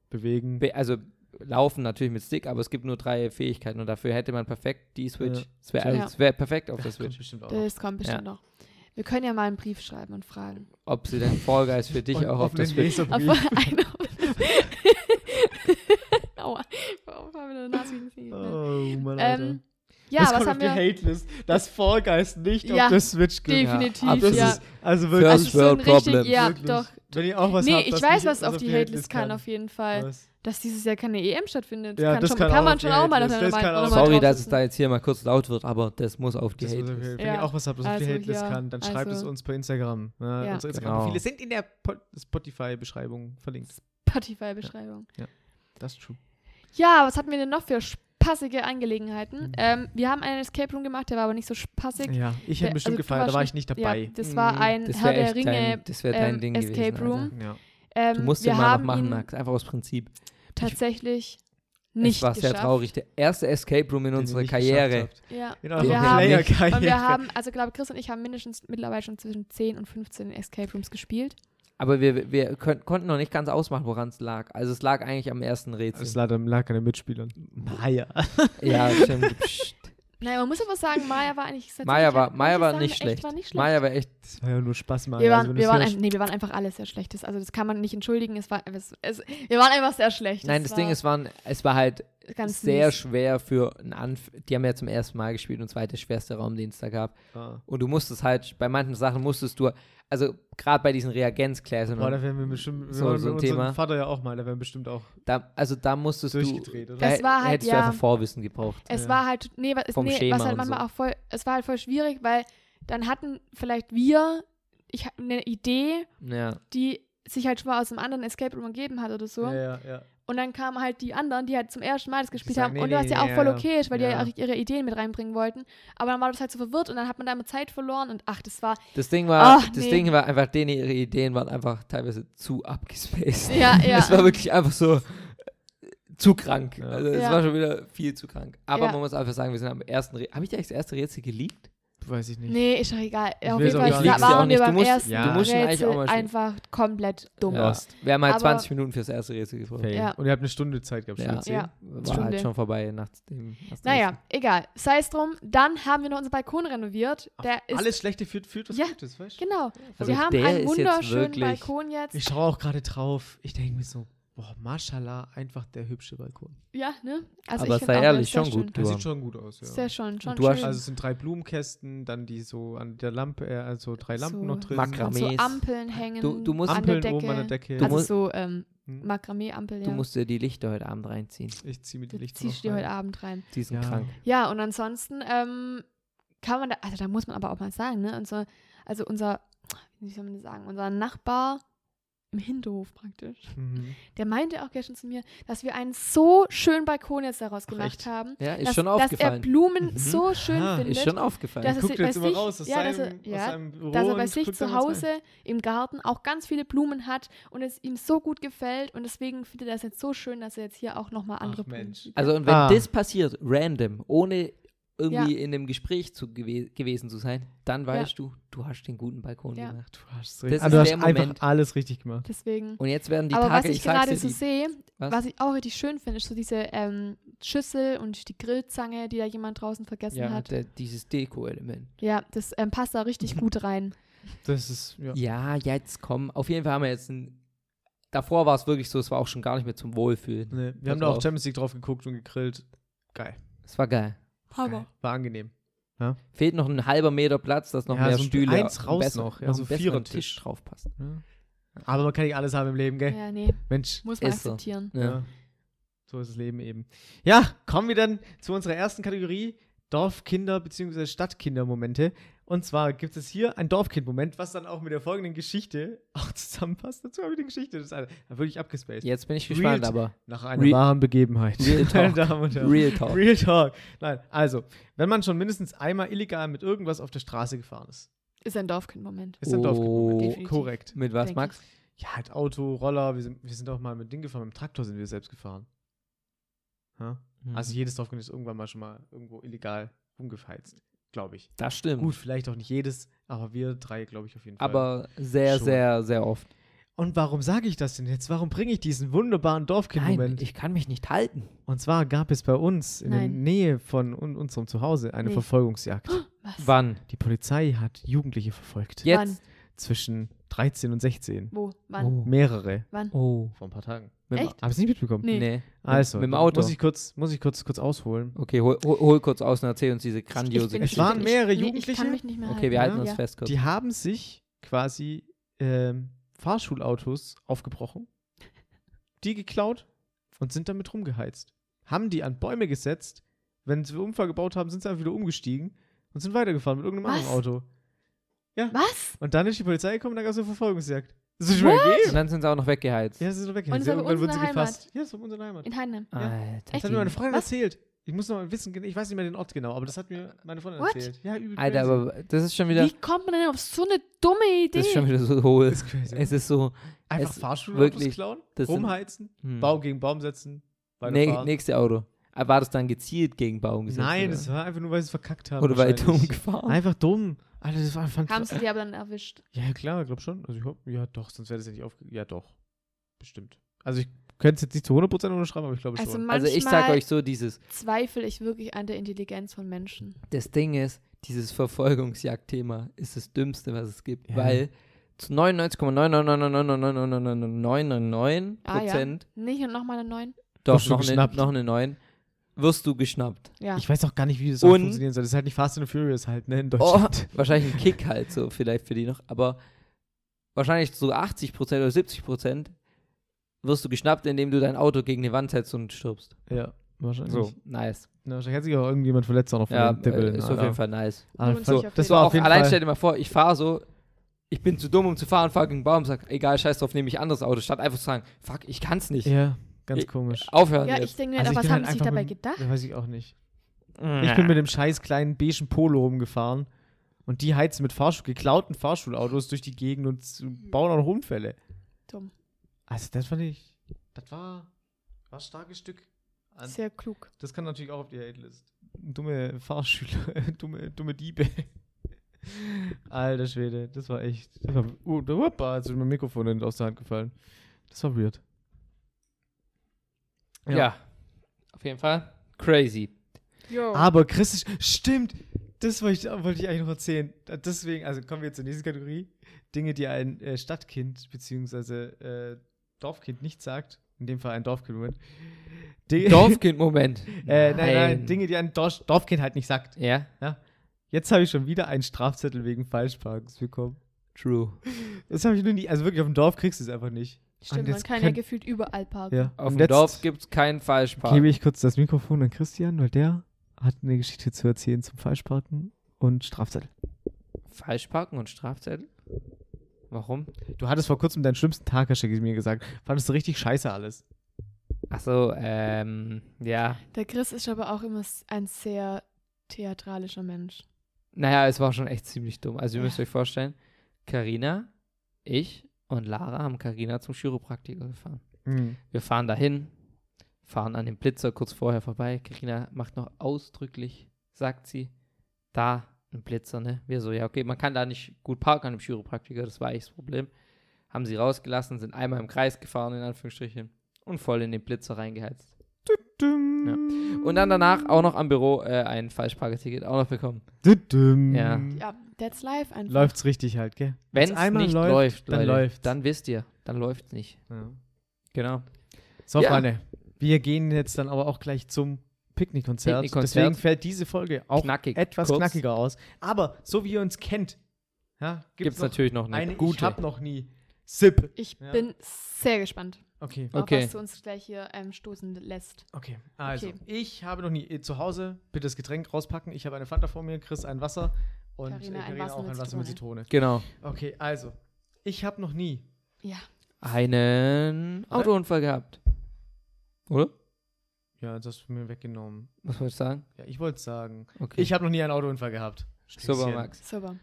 Speaker 2: Bewegen.
Speaker 1: Be- also laufen natürlich mit Stick, aber es gibt nur drei Fähigkeiten und dafür hätte man perfekt die Switch.
Speaker 2: Ja.
Speaker 1: Es wäre
Speaker 3: Ja.
Speaker 1: also, es wär perfekt auf der
Speaker 2: Das kommt
Speaker 1: Switch.
Speaker 2: bestimmt auch. noch.
Speaker 3: Das kommt bestimmt noch. Wir können ja mal einen Brief schreiben und fragen.
Speaker 1: Ob sie denn Fall Guys für dich
Speaker 2: Und
Speaker 1: auch auf der
Speaker 2: den
Speaker 1: Switch.
Speaker 3: Auf
Speaker 2: Leserbrief.
Speaker 3: eine- *laughs* Aua. Warum haben wir eine Nase gegen das Ding geknallt?
Speaker 2: Oh, Mann, Alter.
Speaker 3: ähm, Ja,
Speaker 2: das
Speaker 3: was
Speaker 2: kommt
Speaker 3: haben
Speaker 2: auf die
Speaker 3: wir?
Speaker 2: Hatelist, dass Fall Guys nicht
Speaker 3: Ja,
Speaker 2: auf der Switch geht.
Speaker 3: Definitiv,
Speaker 1: Ja,
Speaker 3: ja.
Speaker 1: absolut.
Speaker 2: Das
Speaker 3: ja.
Speaker 2: ist, also
Speaker 1: First
Speaker 2: wirklich.
Speaker 3: Also so ein
Speaker 1: World Problem.
Speaker 3: richtig, ja,
Speaker 2: wirklich.
Speaker 3: doch.
Speaker 2: Wenn ihr auch was
Speaker 3: nee,
Speaker 2: habt,
Speaker 3: ich
Speaker 2: das
Speaker 3: weiß,
Speaker 2: nicht
Speaker 3: was auf die Hatelist kann, auf jeden Fall.
Speaker 2: Was?
Speaker 3: Dass dieses Jahr keine EM stattfindet.
Speaker 2: Ja,
Speaker 3: kann,
Speaker 2: das
Speaker 3: schon,
Speaker 2: kann
Speaker 3: kann,
Speaker 2: auch
Speaker 3: man
Speaker 2: auf
Speaker 3: schon
Speaker 2: die
Speaker 3: auch mal
Speaker 2: Hatelist.
Speaker 3: dann
Speaker 2: Das kann
Speaker 3: mal
Speaker 2: auch-
Speaker 1: Sorry, dass es da jetzt hier mal kurz laut wird, aber das muss auf die
Speaker 2: Das muss auf
Speaker 1: Hate.
Speaker 2: jeden Fall- Wenn
Speaker 3: Ja.
Speaker 2: ihr auch was habt, was auf die
Speaker 3: Also
Speaker 2: Hatelist
Speaker 3: hier,
Speaker 2: kann, dann schreibt es
Speaker 3: also-
Speaker 2: uns per Instagram. Ja,
Speaker 3: Ja.
Speaker 2: Unsere Instagram-Profile
Speaker 1: Genau.
Speaker 2: sind in der Po- Spotify-Beschreibung verlinkt.
Speaker 3: Spotify-Beschreibung.
Speaker 2: Das ist true.
Speaker 3: Ja, was hatten wir denn noch für spassige Angelegenheiten? Ähm, wir haben einen Escape Room gemacht, der war aber nicht so spassig.
Speaker 2: Hm. Ja, ich
Speaker 3: Der-
Speaker 2: hätte bestimmt
Speaker 3: also du
Speaker 2: gefeiert, da
Speaker 3: warst
Speaker 2: war ich
Speaker 3: schon-
Speaker 2: nicht
Speaker 3: ja,
Speaker 2: dabei. Hm.
Speaker 3: das war ein
Speaker 1: Mm, das
Speaker 3: Herr
Speaker 1: wär
Speaker 3: der
Speaker 1: echt
Speaker 3: Ringe.
Speaker 1: dein, das wär dein
Speaker 3: ähm,
Speaker 1: Ding
Speaker 3: Escape
Speaker 1: gewesen. Alter.
Speaker 3: Room.
Speaker 2: Ja.
Speaker 3: Ähm,
Speaker 1: Du musst
Speaker 3: wir
Speaker 1: den mal noch
Speaker 3: haben
Speaker 1: machen,
Speaker 3: ihn
Speaker 1: Max, einfach aus Prinzip.
Speaker 3: tatsächlich nicht
Speaker 1: es war
Speaker 3: geschafft.
Speaker 1: sehr traurig. Genau, Der erste Escape Room in
Speaker 2: den ihr
Speaker 1: unserer
Speaker 2: nicht geschafft Genau,
Speaker 1: Karriere.
Speaker 2: habt.
Speaker 3: Ja.
Speaker 2: In
Speaker 1: Wir
Speaker 2: eurer
Speaker 1: haben- *laughs*
Speaker 2: Player-Karriere.
Speaker 3: Und wir haben, also glaube Chris und ich haben mindestens mittlerweile schon zwischen 10 und 15 Escape Rooms gespielt.
Speaker 1: Aber wir, wir könnt, konnten noch nicht ganz ausmachen, woran es lag. Also es lag eigentlich am ersten Rätsel.
Speaker 2: Es lag lag an den Mitspielern. Maya.
Speaker 1: ja, stimmt. Psst.
Speaker 3: Naja, man muss aber sagen, Maya war eigentlich tatsächlich-
Speaker 1: Maya war,
Speaker 3: manche
Speaker 1: Maya war,
Speaker 3: Sachen
Speaker 1: nicht
Speaker 3: echt
Speaker 1: schlecht.
Speaker 3: War nicht schlecht.
Speaker 1: Maya war echt.
Speaker 2: *laughs* Das war ja nur Spaß, Maya.
Speaker 3: wir, waren,
Speaker 2: Also, wenn
Speaker 3: wir,
Speaker 2: du's
Speaker 3: waren
Speaker 2: hörst-
Speaker 3: ein, nee, wir waren einfach alles sehr schlecht. Das, also das kann man nicht entschuldigen. Es war, es, es, wir waren einfach sehr schlecht.
Speaker 1: Nein, das Ding ist, waren, es war halt
Speaker 3: ist ganz
Speaker 1: sehr
Speaker 3: mies.
Speaker 1: schwer für einen Anf Die haben ja zum ersten Mal gespielt und es war halt der schwerste Raum, den es da gab.
Speaker 2: Ah.
Speaker 1: Und du musstest halt, bei manchen Sachen musstest du, also gerade bei diesen Reagenzgläsern,
Speaker 2: Boah, da
Speaker 1: und
Speaker 2: werden wir bestimmt,
Speaker 1: So-
Speaker 2: wir waren
Speaker 1: Genau. so ein
Speaker 2: mit unserem
Speaker 1: Thema.
Speaker 2: Vater ja auch mal, da werden bestimmt auch
Speaker 1: da, also da musstest du,
Speaker 2: durchgedreht, oder?
Speaker 1: da
Speaker 3: Das war halt,
Speaker 1: hättest du
Speaker 3: ja.
Speaker 1: einfach Vorwissen gebraucht.
Speaker 3: Es
Speaker 2: Ja.
Speaker 3: war halt, nee, was,
Speaker 1: Vom
Speaker 3: nee,
Speaker 1: Schema
Speaker 3: was halt
Speaker 1: und
Speaker 3: manchmal
Speaker 1: so.
Speaker 3: auch voll, es war halt voll schwierig, weil dann hatten vielleicht wir, ich hatte eine Idee,
Speaker 1: Ja,
Speaker 3: die sich halt schon mal aus einem anderen Escape Room gegeben hat oder so.
Speaker 2: Ja, ja, ja.
Speaker 3: Und dann kamen halt die anderen, die halt zum ersten Mal das gespielt
Speaker 2: sagen,
Speaker 3: haben.
Speaker 2: nee,
Speaker 3: und was
Speaker 2: nee,
Speaker 3: ja auch
Speaker 2: nee,
Speaker 3: voll
Speaker 2: ja,
Speaker 3: okay ist, weil die
Speaker 2: ja.
Speaker 3: ja auch ihre Ideen mit reinbringen wollten. Aber dann war das halt so verwirrt und dann hat man da immer Zeit verloren. Und
Speaker 1: *laughs*
Speaker 3: ach, das war,
Speaker 1: das Ding war,
Speaker 3: Ach,
Speaker 1: das
Speaker 3: nee.
Speaker 1: Ding war einfach, denen ihre Ideen waren einfach teilweise zu abgespaced. *laughs*
Speaker 3: ja, ja.
Speaker 1: Es war wirklich einfach so äh, zu krank.
Speaker 2: Ja.
Speaker 1: Also es
Speaker 3: Ja.
Speaker 1: war schon wieder viel zu krank. Aber
Speaker 3: Ja.
Speaker 1: man muss einfach sagen, wir sind am ersten Rätsel. Habe ich dir eigentlich das erste Rätsel geleakt?
Speaker 2: Weiß ich nicht.
Speaker 3: *laughs* Nee, ist doch egal.
Speaker 2: Ich
Speaker 3: Auf
Speaker 2: will's
Speaker 3: jeden
Speaker 2: auch gar
Speaker 3: Fall da
Speaker 2: nicht.
Speaker 3: waren wir
Speaker 1: Du
Speaker 3: beim
Speaker 1: musst-
Speaker 3: ersten
Speaker 2: ja. Du
Speaker 1: musst ihn eigentlich auch
Speaker 3: Rätsel
Speaker 1: mal spielen.
Speaker 3: einfach komplett dumm.
Speaker 1: Ja.
Speaker 2: Lost.
Speaker 1: Wir haben halt
Speaker 3: Aber-
Speaker 1: 20 Minuten fürs erste Rätsel gebraucht.
Speaker 2: Fail.
Speaker 3: Ja.
Speaker 2: Und ihr habt eine Stunde Zeit gehabt, schon
Speaker 1: Ja.
Speaker 2: erzählt.
Speaker 3: Ja.
Speaker 1: War
Speaker 3: Stunde.
Speaker 1: halt schon vorbei nach dem ersten
Speaker 3: Naja,
Speaker 1: Rätsel.
Speaker 3: egal. Sei es drum. Dann haben wir noch unseren Balkon renoviert. Der ist,
Speaker 2: Alles Schlechte führt, führt was
Speaker 3: Ja,
Speaker 2: Gutes, weißt du?
Speaker 3: genau.
Speaker 1: Also
Speaker 3: wir haben
Speaker 1: der
Speaker 3: einen
Speaker 1: ist jetzt
Speaker 3: wunderschönen
Speaker 1: wirklich-
Speaker 3: Balkon jetzt.
Speaker 2: Ich schaue auch gerade drauf. Ich denke mir so, boah, mashallah, einfach der hübsche Balkon.
Speaker 3: Ja, ne? Also
Speaker 1: Aber sei
Speaker 3: ich finde auch, der
Speaker 1: ehrlich,
Speaker 3: ist sehr
Speaker 1: schon
Speaker 3: schön.
Speaker 1: gut
Speaker 2: Das sieht
Speaker 1: geworden.
Speaker 2: schon gut aus, ja.
Speaker 3: Ist ja schon, schon
Speaker 1: du hast
Speaker 3: schön.
Speaker 2: also es sind drei Blumenkästen, dann die so an der Lampe, äh, also drei Lampen
Speaker 3: So.
Speaker 2: noch drin.
Speaker 1: Makram-
Speaker 3: Und so
Speaker 1: Ramees.
Speaker 3: Ampeln hängen
Speaker 1: Du- du musst-
Speaker 3: an
Speaker 2: Ampeln
Speaker 3: der Decke.
Speaker 2: oben an der Decke.
Speaker 1: Du
Speaker 3: also
Speaker 1: musst-
Speaker 3: so ähm,
Speaker 2: Hm.
Speaker 3: Makramee-Ampel, ja.
Speaker 1: Du musst dir die Lichter heute Abend reinziehen.
Speaker 2: ich ziehe mir die
Speaker 3: du
Speaker 2: Lichter
Speaker 3: ziehst
Speaker 2: noch
Speaker 3: die
Speaker 2: rein.
Speaker 3: heute Abend rein.
Speaker 1: Die sind
Speaker 2: Ja.
Speaker 1: krank.
Speaker 3: Ja, und ansonsten ähm, kann man da, also da muss man aber auch mal sagen, ne? Unser, also unser, wie soll man das sagen, unser Nachbar im Hinterhof praktisch,
Speaker 2: Mhm.
Speaker 3: der meinte auch gestern zu mir, dass wir einen so schönen Balkon jetzt daraus gemacht
Speaker 1: echt?
Speaker 3: haben.
Speaker 1: Ja, ist
Speaker 3: dass,
Speaker 1: schon
Speaker 3: Dass er
Speaker 1: aufgefallen.
Speaker 3: Blumen
Speaker 2: Mhm.
Speaker 3: so schön
Speaker 2: Ah, ist
Speaker 3: findet.
Speaker 1: Ist schon
Speaker 3: dass
Speaker 1: aufgefallen.
Speaker 3: es-
Speaker 2: Guckt
Speaker 3: bei
Speaker 2: jetzt immer
Speaker 3: sich-
Speaker 2: raus aus,
Speaker 3: Also, ja, dass er-
Speaker 2: seinem,
Speaker 3: ja,
Speaker 2: aus seinem Büro
Speaker 3: dass er
Speaker 2: und
Speaker 3: bei sich
Speaker 2: guckt
Speaker 3: zu
Speaker 2: da mal rein.
Speaker 3: Hause im Garten auch ganz viele Blumen hat und es ihm so gut gefällt und deswegen findet er es jetzt so schön, dass er jetzt hier auch nochmal andere Blumen
Speaker 2: Mensch.
Speaker 3: sieht.
Speaker 1: Also und wenn
Speaker 2: Ah.
Speaker 1: das passiert, random, ohne irgendwie in einem Gespräch zu gewe gewesen zu sein, dann weißt du, du hast den guten Balkon
Speaker 3: Ja.
Speaker 1: gemacht.
Speaker 2: Du hast,
Speaker 1: Das
Speaker 2: richtig,
Speaker 1: ist
Speaker 2: also du hast
Speaker 1: der
Speaker 2: einfach
Speaker 1: Moment.
Speaker 2: alles richtig gemacht.
Speaker 3: Deswegen.
Speaker 1: Und jetzt werden die
Speaker 3: Aber
Speaker 1: Tage,
Speaker 3: was ich,
Speaker 1: sag's
Speaker 3: gerade
Speaker 1: dir,
Speaker 3: so
Speaker 1: die,
Speaker 3: sehe,
Speaker 1: was?
Speaker 3: was ich auch richtig schön finde, ist so diese ähm, Schüssel und die Grillzange, die da jemand draußen vergessen
Speaker 1: ja,
Speaker 3: hat.
Speaker 1: der, dieses Deko-Element.
Speaker 3: Ja, das ähm, passt da
Speaker 1: *laughs*
Speaker 3: richtig gut rein.
Speaker 2: Das ist, ja.
Speaker 1: Ja, jetzt komm. Auf jeden Fall haben wir jetzt ein. Davor war es wirklich so, es war auch schon gar nicht mehr zum Wohlfühlen.
Speaker 2: Nee, wir
Speaker 1: Pass
Speaker 2: haben da auch
Speaker 1: auf.
Speaker 2: Champions League drauf geguckt und gegrillt. Geil.
Speaker 1: Es war geil.
Speaker 3: Aber
Speaker 2: Geil. War angenehm.
Speaker 1: Fehlt noch ein halber Meter Platz, dass noch
Speaker 2: Ja,
Speaker 1: mehr
Speaker 2: so ein-
Speaker 1: Stühle.
Speaker 2: eins
Speaker 1: einen
Speaker 2: raus
Speaker 1: besseren-
Speaker 2: noch, ja,
Speaker 1: einen
Speaker 2: so
Speaker 1: besseren
Speaker 2: Vierertisch.
Speaker 1: Tisch drauf passt.
Speaker 2: Aber man kann nicht alles haben im Leben, gell?
Speaker 3: ja, nee,
Speaker 2: Mensch.
Speaker 3: muss man
Speaker 1: Ist so.
Speaker 3: akzeptieren.
Speaker 1: Ja.
Speaker 2: Ja. So ist das Leben eben. Ja, kommen wir dann zu unserer ersten Kategorie: Dorfkinder- bzw. Stadtkinder-Momente. Und zwar gibt es hier ein Dorfkind-Moment, was dann auch mit der folgenden Geschichte auch zusammenpasst. Dazu habe ich die Geschichte. Das ist eine, da würde ich abgespaced.
Speaker 1: Jetzt bin ich
Speaker 2: Real
Speaker 1: gespannt,
Speaker 2: T-
Speaker 1: aber
Speaker 2: Nach einer
Speaker 1: Real-
Speaker 2: wahren
Speaker 1: Real
Speaker 2: Begebenheit. *laughs* Meine
Speaker 1: Talk.
Speaker 2: Damen und Herren.
Speaker 1: Real Talk.
Speaker 2: Real Talk. Nein, also, wenn man schon mindestens einmal illegal mit irgendwas auf der Straße gefahren ist,
Speaker 3: Ist ein Dorfkind-Moment.
Speaker 2: ist ein
Speaker 1: Oh.
Speaker 2: Dorfkind.
Speaker 3: Definitiv.
Speaker 2: Korrekt.
Speaker 1: Mit was,
Speaker 3: Denk
Speaker 1: Max?
Speaker 2: Ja, halt Auto, Roller, wir sind, wir sind auch mal mit Ding gefahren, mit dem Traktor sind wir selbst gefahren. Ja? Also
Speaker 1: Mhm.
Speaker 2: jedes Dorfkind ist irgendwann mal schon mal irgendwo illegal rumgeheizt, glaube ich.
Speaker 1: das stimmt.
Speaker 2: Gut, vielleicht auch nicht jedes, aber wir drei, glaube ich, auf jeden Fall.
Speaker 1: aber sehr,
Speaker 2: Schon.
Speaker 1: sehr, sehr oft.
Speaker 2: Und warum sage ich das denn jetzt? Warum bringe ich diesen wunderbaren Dorfkind-Moment?
Speaker 1: ich kann mich nicht halten.
Speaker 2: Und zwar gab es bei uns in der
Speaker 3: Nein.
Speaker 2: Nähe von un unserem Zuhause eine
Speaker 3: Nee. Oh.
Speaker 2: Verfolgungsjagd.
Speaker 3: Was?
Speaker 1: Wann?
Speaker 2: Die Polizei hat Jugendliche verfolgt.
Speaker 1: Jetzt?
Speaker 2: Zwischen 13 und 16.
Speaker 3: Wo? Wann?
Speaker 2: Mehrere.
Speaker 3: Wann?
Speaker 1: Oh.
Speaker 2: Vor ein paar Tagen.
Speaker 1: Mit dem-
Speaker 3: Echt?
Speaker 2: Haben Sie es nicht mitbekommen?
Speaker 1: Nee.
Speaker 3: Nee.
Speaker 2: Also,
Speaker 1: mit dem
Speaker 2: dann
Speaker 1: Auto.
Speaker 2: Muss ich kurz, muss ich kurz, kurz ausholen.
Speaker 1: Okay, hol, hol, hol kurz aus und erzähl uns diese grandiose
Speaker 3: bin
Speaker 2: Es
Speaker 3: schlecht.
Speaker 1: Geschichte.
Speaker 2: waren mehrere
Speaker 3: ich, Nee, ich
Speaker 2: Jugendliche.
Speaker 3: kann mich nicht mehr
Speaker 1: Okay, wir halten
Speaker 2: Ja.
Speaker 1: uns fest kurz.
Speaker 2: Die haben sich quasi ähm, Fahrschulautos aufgebrochen, die geklaut und sind damit rumgeheizt. Haben die an Bäume gesetzt. Wenn sie Unfall gebaut haben, sind sie einfach wieder umgestiegen und sind weitergefahren mit irgendeinem
Speaker 3: Was?
Speaker 2: anderen Auto.
Speaker 3: Was?
Speaker 2: Und dann ist die Polizei gekommen und dann gab es eine Verfolgungsjagd. Das ist schon mal
Speaker 1: und
Speaker 2: gegeben.
Speaker 1: dann sind sie auch noch weggeheizt.
Speaker 2: Ja, sie sind weg.
Speaker 3: Und das war bei
Speaker 2: irgendwann
Speaker 3: uns
Speaker 2: wurden
Speaker 3: in
Speaker 2: sie
Speaker 3: der
Speaker 2: gefasst. Ja, das war unsere Heimat.
Speaker 3: In Heidenheim.
Speaker 1: Alter.
Speaker 3: Echt?
Speaker 2: Das hat mir meine
Speaker 1: die-
Speaker 2: Freundin
Speaker 3: Was?
Speaker 2: erzählt. Ich muss noch mal wissen, ich weiß nicht mehr den Ort genau, aber das hat mir meine Freundin
Speaker 3: What?
Speaker 2: erzählt. Ja, übel
Speaker 1: Alter,
Speaker 2: crazy.
Speaker 1: aber das ist schon wieder,
Speaker 3: Wie kommt man denn auf so eine dumme Idee?
Speaker 1: das ist schon wieder so hohl.
Speaker 2: Das ist crazy.
Speaker 1: Es ist so,
Speaker 2: Einfach
Speaker 1: es-
Speaker 2: Fahrschulautos
Speaker 1: wirklich,
Speaker 2: klauen,
Speaker 1: das sind-
Speaker 2: rumheizen,
Speaker 1: hm.
Speaker 2: Baum gegen Baum setzen,
Speaker 1: nee,
Speaker 2: weiterfahren.
Speaker 1: nächste Auto. Aber War das dann gezielt gegen Baum gesetzt?
Speaker 2: Nein,
Speaker 1: oder?
Speaker 2: das war einfach nur, weil sie es verkackt haben.
Speaker 1: Oder war ich dumm
Speaker 2: wahrscheinlich.
Speaker 1: gefahren?
Speaker 2: Einfach dumm. Alter, das war fand
Speaker 3: Haben sie die aber dann erwischt?
Speaker 2: Ja, klar, glaub schon. Also ich hoffe, ja doch, sonst wäre das ja nicht aufge... Ja doch, bestimmt. Also ich könnte es jetzt nicht zu 100% unterschreiben, aber ich glaube
Speaker 3: Also
Speaker 2: schon.
Speaker 3: manchmal
Speaker 1: Also ich sag euch so, dieses,
Speaker 3: zweifle ich wirklich an der Intelligenz von Menschen.
Speaker 1: das Ding ist, dieses Verfolgungsjagd-Thema ist das Dümmste, was es gibt,
Speaker 2: Ja.
Speaker 1: weil zu 99,999999999
Speaker 3: Ah, ja.
Speaker 1: Prozent,
Speaker 3: Nicht und nochmal einen neuen?
Speaker 1: doch
Speaker 2: Wirst du
Speaker 1: noch eine,
Speaker 2: geschnappt.
Speaker 1: noch eine 9, wirst du geschnappt.
Speaker 3: Ja.
Speaker 2: Ich weiß auch gar nicht, wie das
Speaker 1: Und-
Speaker 2: funktionieren soll. Das ist halt nicht Fast and Furious halt, ne, in
Speaker 1: Oh,
Speaker 2: Deutschland.
Speaker 1: *laughs* wahrscheinlich ein Kick halt so vielleicht für die noch, aber wahrscheinlich so 80% oder 70% wirst du geschnappt, indem du dein Auto gegen die Wand setzt und stirbst.
Speaker 2: Ja, wahrscheinlich.
Speaker 1: So, nice.
Speaker 2: Na, wahrscheinlich hat sich auch irgendjemand verletzt auch noch von
Speaker 1: Ja,
Speaker 2: den Dippeln.
Speaker 1: äh, ist auf jeden Fall nice.
Speaker 3: Lohnt sich auf
Speaker 2: das
Speaker 3: jeden
Speaker 2: war
Speaker 1: Auch
Speaker 2: ah, auf jeden
Speaker 1: allein
Speaker 2: Fall...
Speaker 1: stell dir mal vor, ich fahre so, ich bin zu dumm, um zu fahren, fahr gegen einen Baum, sag, egal, scheiß drauf, nehme ich ein anderes Auto, statt einfach zu sagen, fuck, ich kann's nicht.
Speaker 2: Ja, ganz
Speaker 1: Ich-
Speaker 2: komisch.
Speaker 1: Aufhören
Speaker 3: ja, ich
Speaker 1: jetzt.
Speaker 3: denke mir,
Speaker 2: Also
Speaker 3: aber
Speaker 2: ich
Speaker 3: was
Speaker 2: bin
Speaker 3: haben
Speaker 2: halt
Speaker 3: sie sich
Speaker 2: einfach
Speaker 3: dabei
Speaker 2: mit-
Speaker 3: gedacht?
Speaker 2: Ja, weiß ich auch nicht. Ich bin mit dem scheiß kleinen beigen Polo rumgefahren und die heizen mit Fahrschul geklauten Fahrschulautos durch die Gegend und s- bauen auch noch Unfälle.
Speaker 3: Dumm.
Speaker 2: Also das fand ich, das war, war ein starkes Stück. An-
Speaker 3: Sehr klug.
Speaker 2: Das kann natürlich auch auf die Hate-List. Dumme Fahrschüler, *laughs* dumme, dumme Diebe. Alter Schwede, das war echt. Das war, uh, da- hoppa, jetzt ist mein Mikrofon in- aus der Hand gefallen. Das war weird.
Speaker 1: ja. auf jeden Fall.
Speaker 2: *laughs*
Speaker 1: Crazy. Oh.
Speaker 3: Jo.
Speaker 2: Aber Chris, stimmt. Das wollte ich, wollte ich eigentlich noch erzählen. Deswegen, also kommen wir jetzt zur nächsten Kategorie. Dinge, die ein äh, Stadtkind bzw. Äh, Dorfkind nicht sagt, in dem Fall ein Dorfkind, Moment.
Speaker 1: *laughs*
Speaker 2: Dinge,
Speaker 1: Dorfkind-Moment.
Speaker 2: *laughs* äh, nein, nein, Dinge, die ein Dorf, Dorfkind halt nicht sagt.
Speaker 1: Ja,
Speaker 2: Jetzt habe ich schon wieder einen Strafzettel wegen Falschparkens bekommen.
Speaker 1: true.
Speaker 2: Das habe ich nur nie, also wirklich auf dem Dorf kriegst du es einfach nicht.
Speaker 3: Stimmt,
Speaker 2: das
Speaker 3: man kann ja
Speaker 2: kann-
Speaker 3: gefühlt überall parken.
Speaker 2: Ja.
Speaker 1: Auf
Speaker 2: Und
Speaker 1: dem
Speaker 2: jetzt
Speaker 1: Dorf gibt es keinen Falschpark.
Speaker 2: Gebe ich kurz das Mikrofon an Christian, weil der hat eine Geschichte zu erzählen zum Falschparken und Strafzettel.
Speaker 1: Falschparken und Strafzettel? Warum?
Speaker 2: Du hattest vor kurzem deinen schlimmsten Tag, hast du mir gesagt. Fandest du richtig scheiße alles.
Speaker 1: Achso, ähm, ja.
Speaker 3: Der Chris ist aber auch immer s- ein sehr theatralischer Mensch.
Speaker 1: Naja, es war schon echt ziemlich dumm. Also ihr
Speaker 3: Ja.
Speaker 1: müsst euch vorstellen, Karina, ich und Lara haben Karina zum Chiropraktiker gefahren. Wir fahren dahin, fahren an dem Blitzer kurz vorher vorbei. Karina macht noch ausdrücklich, sagt sie, da ein Blitzer, ne? Wir so, ja, okay, man kann da nicht gut parken an dem Chiropraktiker, das war echt das Problem. Haben sie rausgelassen, sind einmal im Kreis gefahren, in Anführungsstrichen, und voll in den Blitzer reingeheizt.
Speaker 2: Düm.
Speaker 1: Und dann danach auch noch am Büro äh, ein Falschparketicket auch noch bekommen.
Speaker 2: Düm.
Speaker 1: Ja.
Speaker 3: Ja, that's life einfach.
Speaker 2: Läuft's richtig halt, gell?
Speaker 1: Wenn es
Speaker 2: einmal
Speaker 1: nicht
Speaker 2: läuft,
Speaker 1: läuft,
Speaker 2: dann
Speaker 1: Leute,
Speaker 2: läuft's.
Speaker 1: dann wisst ihr, dann läuft es nicht. Genau.
Speaker 2: So,
Speaker 1: Ja.
Speaker 2: Freunde, wir gehen jetzt dann aber auch gleich zum Picknickkonzert.
Speaker 1: Picknickkonzert.
Speaker 2: Deswegen fällt diese Folge auch
Speaker 1: Knackig,
Speaker 2: etwas
Speaker 1: kurz.
Speaker 2: knackiger aus. Aber so wie ihr uns kennt, ja,
Speaker 1: Gibt
Speaker 2: gibt's,
Speaker 1: es
Speaker 2: noch
Speaker 1: natürlich noch eine,
Speaker 2: eine, ich
Speaker 1: gute.
Speaker 2: hab noch nie. Sip.
Speaker 3: Ich
Speaker 2: Ja.
Speaker 3: bin sehr gespannt,
Speaker 2: Okay,
Speaker 3: auf
Speaker 1: Okay.
Speaker 3: was du uns gleich hier ähm, stoßen lässt.
Speaker 2: okay. Also,
Speaker 3: Okay.
Speaker 2: ich habe noch nie äh, zu Hause, bitte das Getränk rauspacken. Ich habe eine Fanta vor mir, Chris ein Wasser und
Speaker 3: Carina
Speaker 2: Karina
Speaker 3: ein Wasser
Speaker 2: auch
Speaker 3: mit
Speaker 2: ein Wasser mit Zitrone.
Speaker 1: genau.
Speaker 2: Okay, also, ich habe noch nie.
Speaker 3: Ja,
Speaker 1: Einen Autounfall gehabt. Oder?
Speaker 2: Ja, das hast du mir weggenommen.
Speaker 1: Was wollte ich sagen?
Speaker 2: Ja, ich wollte sagen.
Speaker 1: Okay.
Speaker 2: Ich habe noch nie einen Autounfall gehabt.
Speaker 1: Super,
Speaker 2: Stößchen.
Speaker 1: Max.
Speaker 3: super.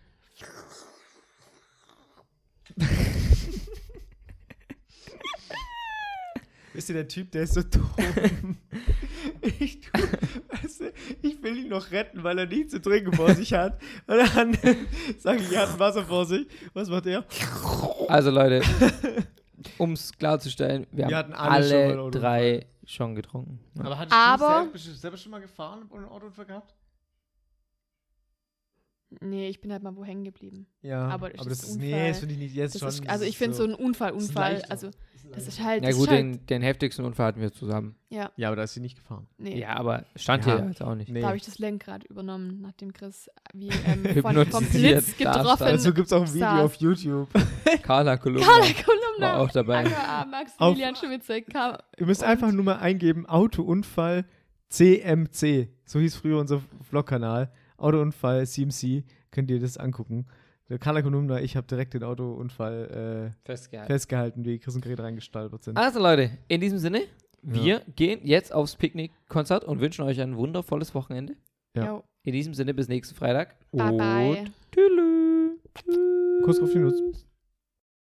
Speaker 2: Wisst ihr, der Typ, der ist so *laughs* dumm. ich, tu- weißt du, ich will ihn noch retten, weil er nichts zu trinken vor sich hat. Und dann *laughs* sage ich, er hat Wasser vor sich. Was macht er?
Speaker 1: Also
Speaker 2: *laughs*
Speaker 1: Leute, um es klarzustellen, wir,
Speaker 2: Wir
Speaker 1: haben
Speaker 2: hatten alle schon mal
Speaker 1: alle,
Speaker 2: einen Autounfall.
Speaker 1: drei schon getrunken. Ja.
Speaker 2: hattest
Speaker 3: Aber-
Speaker 2: du selbst, selber schon mal gefahren und einen Autounfall gehabt?
Speaker 3: Nee, ich bin halt mal wo hängen geblieben.
Speaker 2: Ja,
Speaker 3: Aber das ist ein
Speaker 2: nee,
Speaker 3: Unfall.
Speaker 2: das finde ich nicht jetzt
Speaker 3: Das
Speaker 2: schon.
Speaker 3: ist, also
Speaker 2: das
Speaker 3: ich
Speaker 2: ist
Speaker 3: finde so, ein Unfall,
Speaker 2: ist ein
Speaker 3: Unfall,
Speaker 2: leichter.
Speaker 3: also
Speaker 2: das ist ein
Speaker 3: das ist
Speaker 2: leichter.
Speaker 3: halt,
Speaker 1: Na
Speaker 3: das
Speaker 1: gut,
Speaker 3: ist halt,
Speaker 1: den, den heftigsten Unfall hatten wir zusammen.
Speaker 3: ja,
Speaker 2: Ja, aber da ist sie nicht gefahren.
Speaker 3: nee.
Speaker 1: Ja, aber stand
Speaker 2: Ja.
Speaker 1: hier jetzt auch nicht.
Speaker 2: Nee. *laughs*
Speaker 3: Da habe ich das Lenkrad übernommen, nachdem Chris
Speaker 1: *laughs*
Speaker 3: wie ähm, von, vom
Speaker 1: Hypnotisiert Also
Speaker 3: Blitz
Speaker 1: da
Speaker 3: getroffen.
Speaker 1: stand.
Speaker 2: Dazu gibt es Also auch ein Video
Speaker 3: saß.
Speaker 2: auf YouTube.
Speaker 1: Carla Kolumna
Speaker 3: Carla Kolumna.
Speaker 1: genau. war auch dabei.
Speaker 3: aka Maximilian Schmitze kam.
Speaker 2: Ihr müsst einfach nur mal eingeben, Autounfall CMC. So hieß früher unser Vlog-Kanal. Autounfall CMC. Könnt ihr das angucken. Der Carla Kolumna, ich habe direkt den Autounfall äh,
Speaker 1: Festgehalten.
Speaker 2: festgehalten, wie Chris und Gret reingestolpert sind.
Speaker 1: Also Leute, in diesem Sinne, wir gehen jetzt aufs Picknick-Konzert und wünschen euch ein wundervolles Wochenende.
Speaker 2: Ja.
Speaker 3: Jo,
Speaker 1: In diesem Sinne, bis nächsten Freitag.
Speaker 3: bye bye.
Speaker 1: Und tschüss.
Speaker 2: Kuss auf die Nuss.
Speaker 1: Tschüss.